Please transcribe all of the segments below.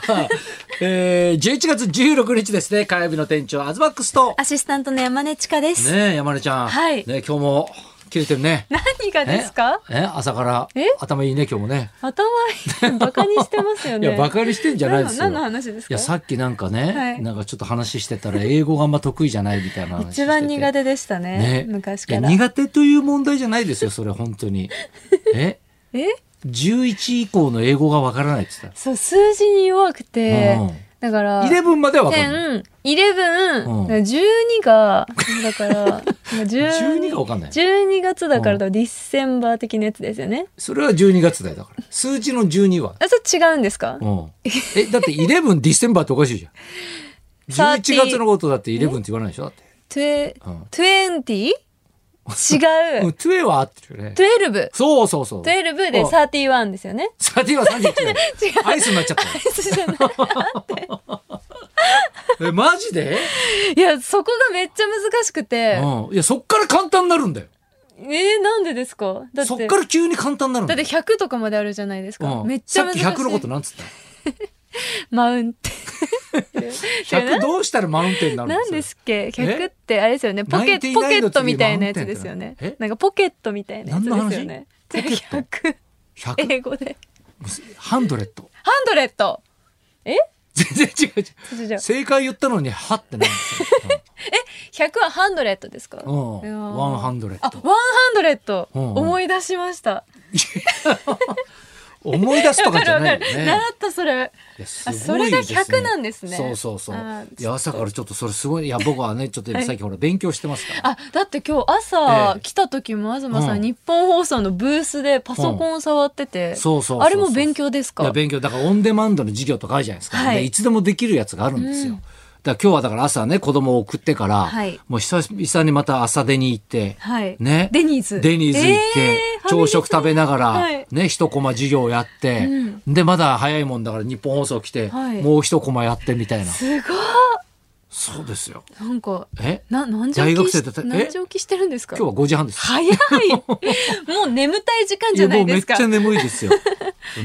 えー、11月16日ですね、火曜日の店長、アズマックスと。アシスタントの山根千佳です。ねえ、山根ちゃん。はいね今日も、切れてるね。何がですかええ朝からえ頭いいね今日もね頭いい。バカにしてますよいね。やバカにしてんじゃないですよ何の何の話ですいかやさっきなんかね、はいなんかちょっと話してたら英語があんま得意じゃないみたいな話してて一番苦手でしたね。昔いから。や苦手という問題じゃないですよそれ本当に ええ11以降の英語がわからないって言ってそう、数字に弱くてうん。だから。た11まではわかんない10、11、うん12が、だから、12 12がわかんない12月だから、うディッセンバー的なやつですよね。それは12月だよだから数字の12はあ、それ違うんですかうんえだって11ディセンバーっておかしいじゃん 11月のことだって11って言わないでしょだって、 ?20? うん、違うんう。 12は合ってるよね12。そうそうそう12でうん31ですよね。サティは39ア イスになっちゃったよそうじゃないえマジで、 いや、そこがめっちゃ難しくて。うん、いやそっから簡単になるんだよえー、なんでですかだって。そっから急に簡単になるんだだっよて100とかまであるじゃないですか。うんめっちゃ難しい。さっき100のことなんつっ たマウンテン。 100どうしたらマウンテ ンになるんで何すですっけ ?100 ってあれですよね。ポケ99ポケットみたいなやつですよのね次マウンテンってな。なんかポケットみたいなやつです何のよね。話ポ100。 100英語で。ハンドレットハンドレットえ全然違う違そうそうそうう正解言ったのにはってなんですよ、 100はハンドレットです かうんいやーうん、ワンハンドレッあ、トワンハンドレット。うんうん思い出しました。思い出すとわかかじるゃわなかいるよ。習ねったそれ。いやすあごいそれがですね100なんですねそうそうそうあーいや朝からちょっとそれすごいい や僕はねちょっとはいさっきほら勉強してますから、あだって今日え朝え来た時も東さん、うん日本放送のブースでパソコンを触ってて、そうそうそうそうあれも勉強ですいかや勉強だからオンデマンドの授業とかあるじゃないですか、はいでいつでもできるやつがあるんですよ、うんだから今日はだから朝ね子供を送ってから、はいもう久々にまた朝出に行って、はい、ねデニーズデニーズ行って、えー朝食食べながら、はいね一コマ授業やって、うんでまだ早いもんだから日本放送来て、はいもう一コマやってみたいなすごいそうですよなんかえな何時起き大し学生だったえ何時起きしてるんですか今日は5時半です 早いもう眠たい時間じゃないやもうでめっすかちゃ眠い ですよ、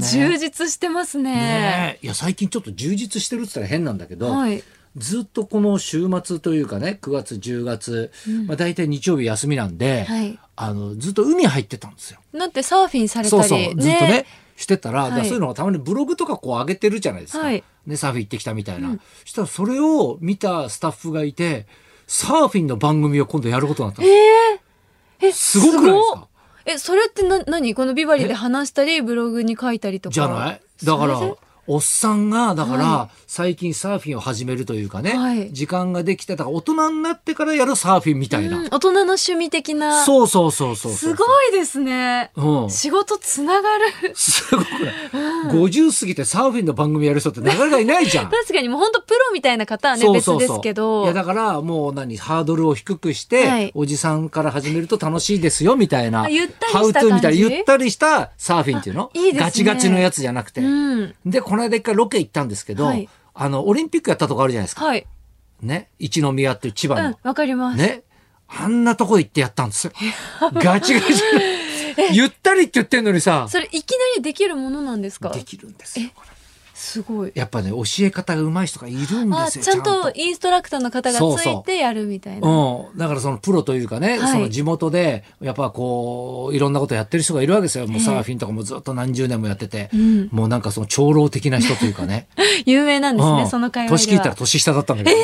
充ね実してますねねえいや最近ちょっと充実してるって言ったら変なんだけど、はいずっとこの週末というかね9月10月、うんまあ、大体日曜日休みなんで、はいあのずっと海入ってたんですよ。だってサーフィンされたそりうそうずっとねしてたら,、いそういうのがたまにブログとかこう上げてるじゃないですか、はいね、サーフィン行ってきたみたいな、したらそれを見たスタッフがいてサーフィンの番組を今度やることになったんですすえごくないですかえそれってな何このビバリーで話したりブログに書いたりとかじゃないだからそれでおっさんがだからは最近サーフィンを始めるというかね、はい時間ができてだから大人になってからやるサーフィンみたいな、うん大人の趣味的なそうそうそうそうそうすごいですね、うん仕事つながる すごくない、?50 過ぎてサーフィンの番組やる人ってなかなかいないじゃん。確かにもう本当プロみたいな方はねそうそう別でそうすけどいやだからもう何ハードルを低くして、はいおじさんから始めると楽しいですよみたいなあゆったりした感ハウトじゥーみたいなゆったりしたサーフィンっていうのあいいですねガチガチのやつじゃなくて、うんでこの間一回ロケ行ったんですけど、はいあのオリンピックやったとこあるじゃないですか、はいね一宮っていう千う葉んの、わかります、ねあんなとこ行ってやったんです よガチガチゆったりって言ってんのにさそれいきなりできるものなんですかできるんですよこれすごいやっぱね、教え方が上手い人がいるんですよ。あちゃんとインストラクターの方がつそういそてやるみたいなうん。だからそのプロというかね、はいその地元で、やっぱこう、いろんなことやってる人がいるわけですよ。もうええサーフィンとかもずっと何十年もやってて、うんもうなんかその長老的な人というか ね。有名なんですうね、んその会話では年聞いたら年下だったんだけどね、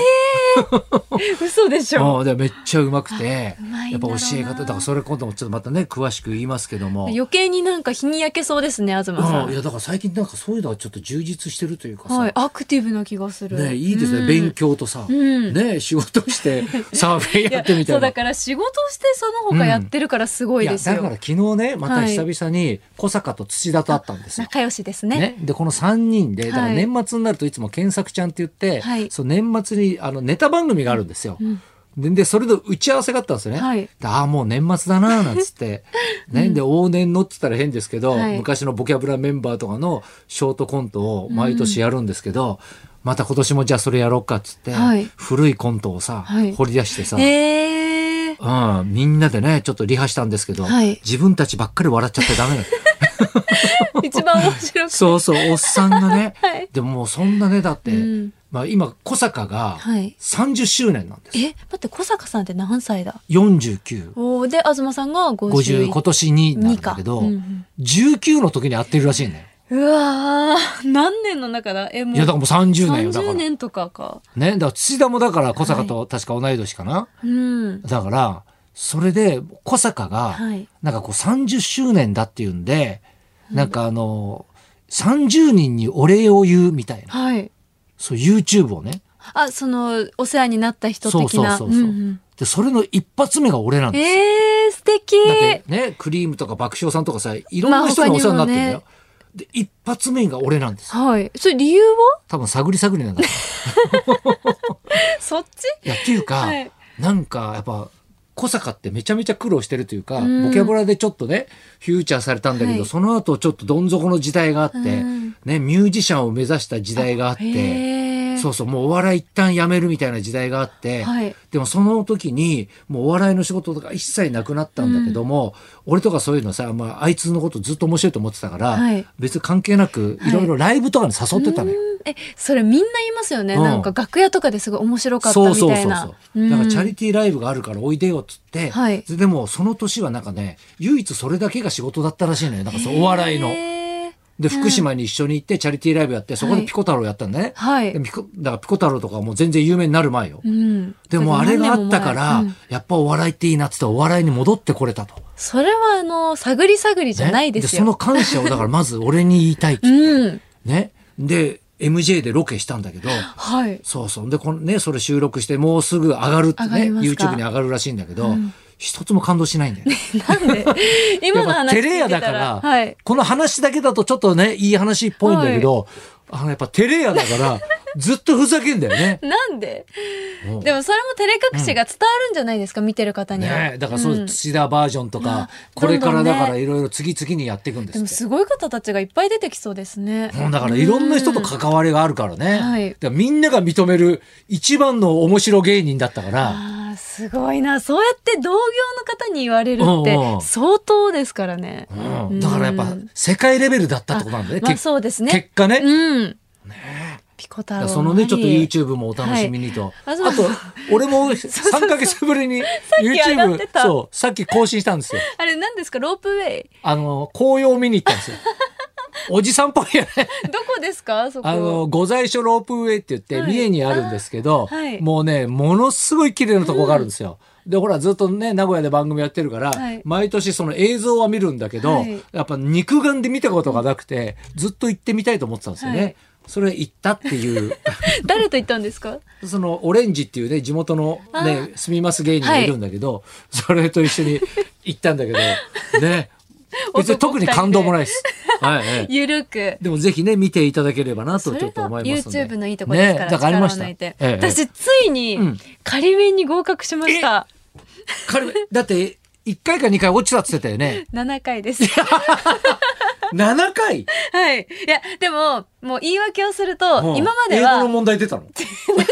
嘘でしょうんでめっちゃ上手くてうまいんだろうやなっぱ教え方だからそれ今度もちょっとまたね詳しく言いますけども、うん、い余計になんか日に焼けそうですね東さん、やだから最近なんかそういうのはちょっと充実してるというかさ、はい、アクティブな気がする。ねいいですね、うん勉強とさ、うんね仕事して サーフィンやってみたそいうなだから仕事してその他やってるからすごいですよ。やだから昨日ねまたはい久々に小坂と土田と会ったんですよ。仲良しですね。ね、でこの3人でだからはい年末になるといつも「検索ちゃん」って言って、はいそう年末にあのネタ番組があるんですよ。うんででそれの打ち合わせがあったんですよね。はいでああもう年末だなーなんつって、 ねで往年のって言ったら変ですけど、はい昔のボキャブラメンバーとかのショートコントを毎年やるんですけど、また今年もじゃあそれやろうかっつって、はい古いコントをさ、はい掘り出してさ、えー、 うん、みんなでね、ちょっとリハしたんですけど、はい自分たちばっかり笑っちゃってダメなの。一番面白くて。そうそう、おっさんがね。はい。でももうそんなね、だって、うんまあ今、小坂がはい30周年なんです。え、待って、小坂さんって何歳だ49、おーで、東さんが50、 50。今年になんだけど、うんうん19の時に会ってるらしいね。うわー何年の中だえ、もう。いや、だからもう30年よ、だから。 30ね、年とかか。だから土田もだから小坂と確か同い年かな。うん。だから、それで小坂が、はい。なんかこう30周年だっていうんで、なんかあの、30人にお礼を言うみたいな、はい。そう YouTube をね。あ、その、お世話になった人そう的そうな。そうそう、んんで、それの一発目が俺なんです。えー、素敵だってね、クリームとか爆笑さんとかさ、いろんまなあ人にお世話になってるんだよ。他で、一発目が俺なんです。はい。それ理由は多分探り探りなんだけど。そっちいや、っていうか、はいなんかやっぱ、小坂ってめちゃめちゃ苦労してるというか、うんボキャブラでちょっとね、フューチャーされたんだけど、はいその後ちょっとどん底の時代があって、うんね、ミュージシャンを目指した時代があっへて、ーそうそう、もうお笑い一旦やめるみたいな時代があって、はい。でもその時に、もうお笑いの仕事とか一切なくなったんだけども、俺とかそういうのさ、まあ、あいつのことずっと面白いと思ってたから、はい別に関係なく、いろいろライブとかに誘ってたのよ。うんえ、それみんな言いますよね。うんなんか楽屋とかですごい面白かったそうみそうたそいうなそ。う。だからチャリテティーライブがあるからおいでよっつって、はいででもその年はなんかね、唯一それだけが仕事だったらしいのよ。なんかそうお笑いの。で、福島に一緒に行ってチャリティーライブやって、そこでピコ太郎やったんだね。はいで。ピコだからピコ太郎とかはもう全然有名になる前よ。うん。でもあれがあったから、うんやっぱお笑いっていいなっつってお笑いに戻ってこれたと。それはあの、探り探りじゃねないですよ。その感謝をだからまず俺に言いたいっつって。うん。ね。で、MJ でロケしたんだけど、はい。 そうそう。で、このね、それ収録して、もうすぐ上がるって上がね、りますか YouTube に上がるらしいんだけど、うん一つも感動しないんだよね。なん で 今のやっ話ぱ聞テいレ屋てだたからら、、はい。この話だけだとちょっとね、いい話っぽいんだけど、あの、やっぱテレ屋だ から、ずっとふざけんだよね。なんでもうでもそれも照れ隠しが伝わるんじゃないですか、見てる方には。ねだからそう、ん土田バージョンとかあ、これからどんどんねだからいろいろ次々にやっていくんでですもって。すごい方たちがいっぱい出てきそうですね。もうだからいろんな人とうん関わりがあるからね。うんはいだからみんなが認める一番の面白芸人だったから、あーすごいな。そうやって同業の方に言われるっうんうんて相当ですからね。うんうんだからやっぱ世界レベルだったってことなんだね。まあ結そうですね。結果ね。うん。ピコ太だから郎のそのね、何ちょっと YouTube もお楽しみにと。はいあそうあと、俺 も3ヶ月ぶりにき上がってた YouTube、そう、さっき更新したんですよ。あれ何ですかロープウェイあの、紅葉を見に行ったんですよ。おじさんっぽいよね。どこですかそこ。あの、御在所ロープウェイって言って、はい三重にあるんですけど、あはいもうね、ものすごい綺麗なとこがあるんですよ。で、ほら、ずっとね、名古屋で番組やってるから、はい毎年その映像は見るんだけど、はいやっぱ肉眼で見たことがなくて、ずっと行ってみたいと思ってたんですよね。はいそれ行ったって いう。誰と行ったんですかそのオレンジっていうね地元のあねー住みます芸人がいるんだけど、それと一緒に行ったんだけ どね別に特に感動もないです。はい、はいゆるく。でもぜひね見ていただければなそとれちょっとが思いますんで。 YouTube のいいとこですから、ねだからあり力をました。抜いて、ええ私ついにうん仮面に合格しました、彼だって一回か二回落ちたって言ってたよ ね。 7回です七回。うんはいいやでももう言い訳をすると、今まで英語のは問題出 たの。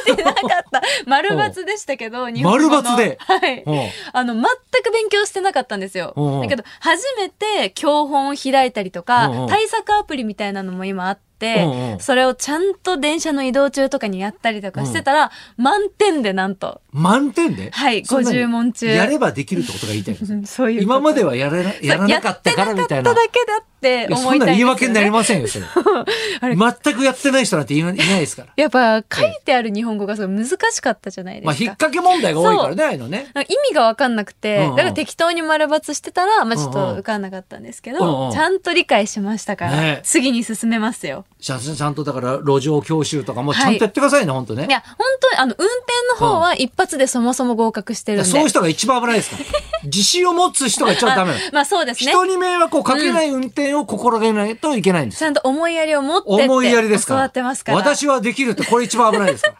出てなかった丸×でしたけど日本語の丸抜ではいうんあの全く勉強してなかったんですようんうんだけど初めて教本を開いたりとうんうんか対策アプリみたいなのも今あってうんうんそれをちゃんと電車の移動中とかにやったりとかしてたら満点でなんと満点で。はいそんなに50問中やればできるってことが言いたいんですう よ。んそういうこと今まではやれなやらなかったからみたいな。やってなかっただけだってそ思んいなのたいんですよね、言い訳になりませんよ、 それ。あれ全くやってない人なんていないいないです から。やっぱ書いてある日本語がすごい難しかったじゃないですか。まあ、引っ掛け問題が多いからね、ああいうのね。なんか意味が分かんなくて、うんうんだから適当に丸抜してたら、まあ、ちょっうんうんと受かんなかったんですけど、うんうんちゃんと理解しましたから、ね次に進めますよ。ちゃんちゃんとだから、路上教習とかもはちゃいんとやってくださいね、本当ね。いや、本当に、あの、運転の方は一発でそもそも合格してるんで。そういう人が一番危ないです から。自信を持つ人が一番ダメなの。まあそうですね。人に迷惑をかけない運転を心がけないといけないんですち。ゃんと思いやりを持ってって思いやりですか教わら。ってますから。私はできるって、これ一番危ないですか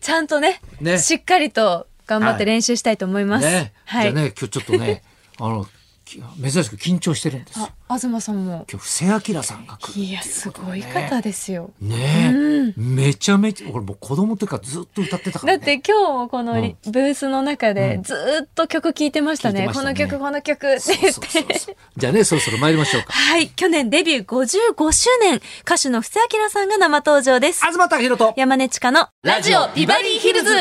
ちゃんとねねしっかりと頑張っはい て練習したいと思いまら。す。ね。はい。じゃあね、今日ちょっとね、あの、き珍しく緊張してるんですよあ、東さんも。今日布施明さんが来るっていうことでねいや、すごい方ですよ。ねえ、うんめちゃめちゃ俺もう子供っていうかずっと歌ってたかだら、っね、て今日もこのリ、ブースの中でうんずーっと曲聴いてましたね,、聴いてましこたのね曲この曲ってそう言そうそうってそうじゃあねそろそろ参りましょうかはい去年デビュー55周年歌手の布施明さんが生登場です東隆弘と山根千佳のラジオビバリーヒルズ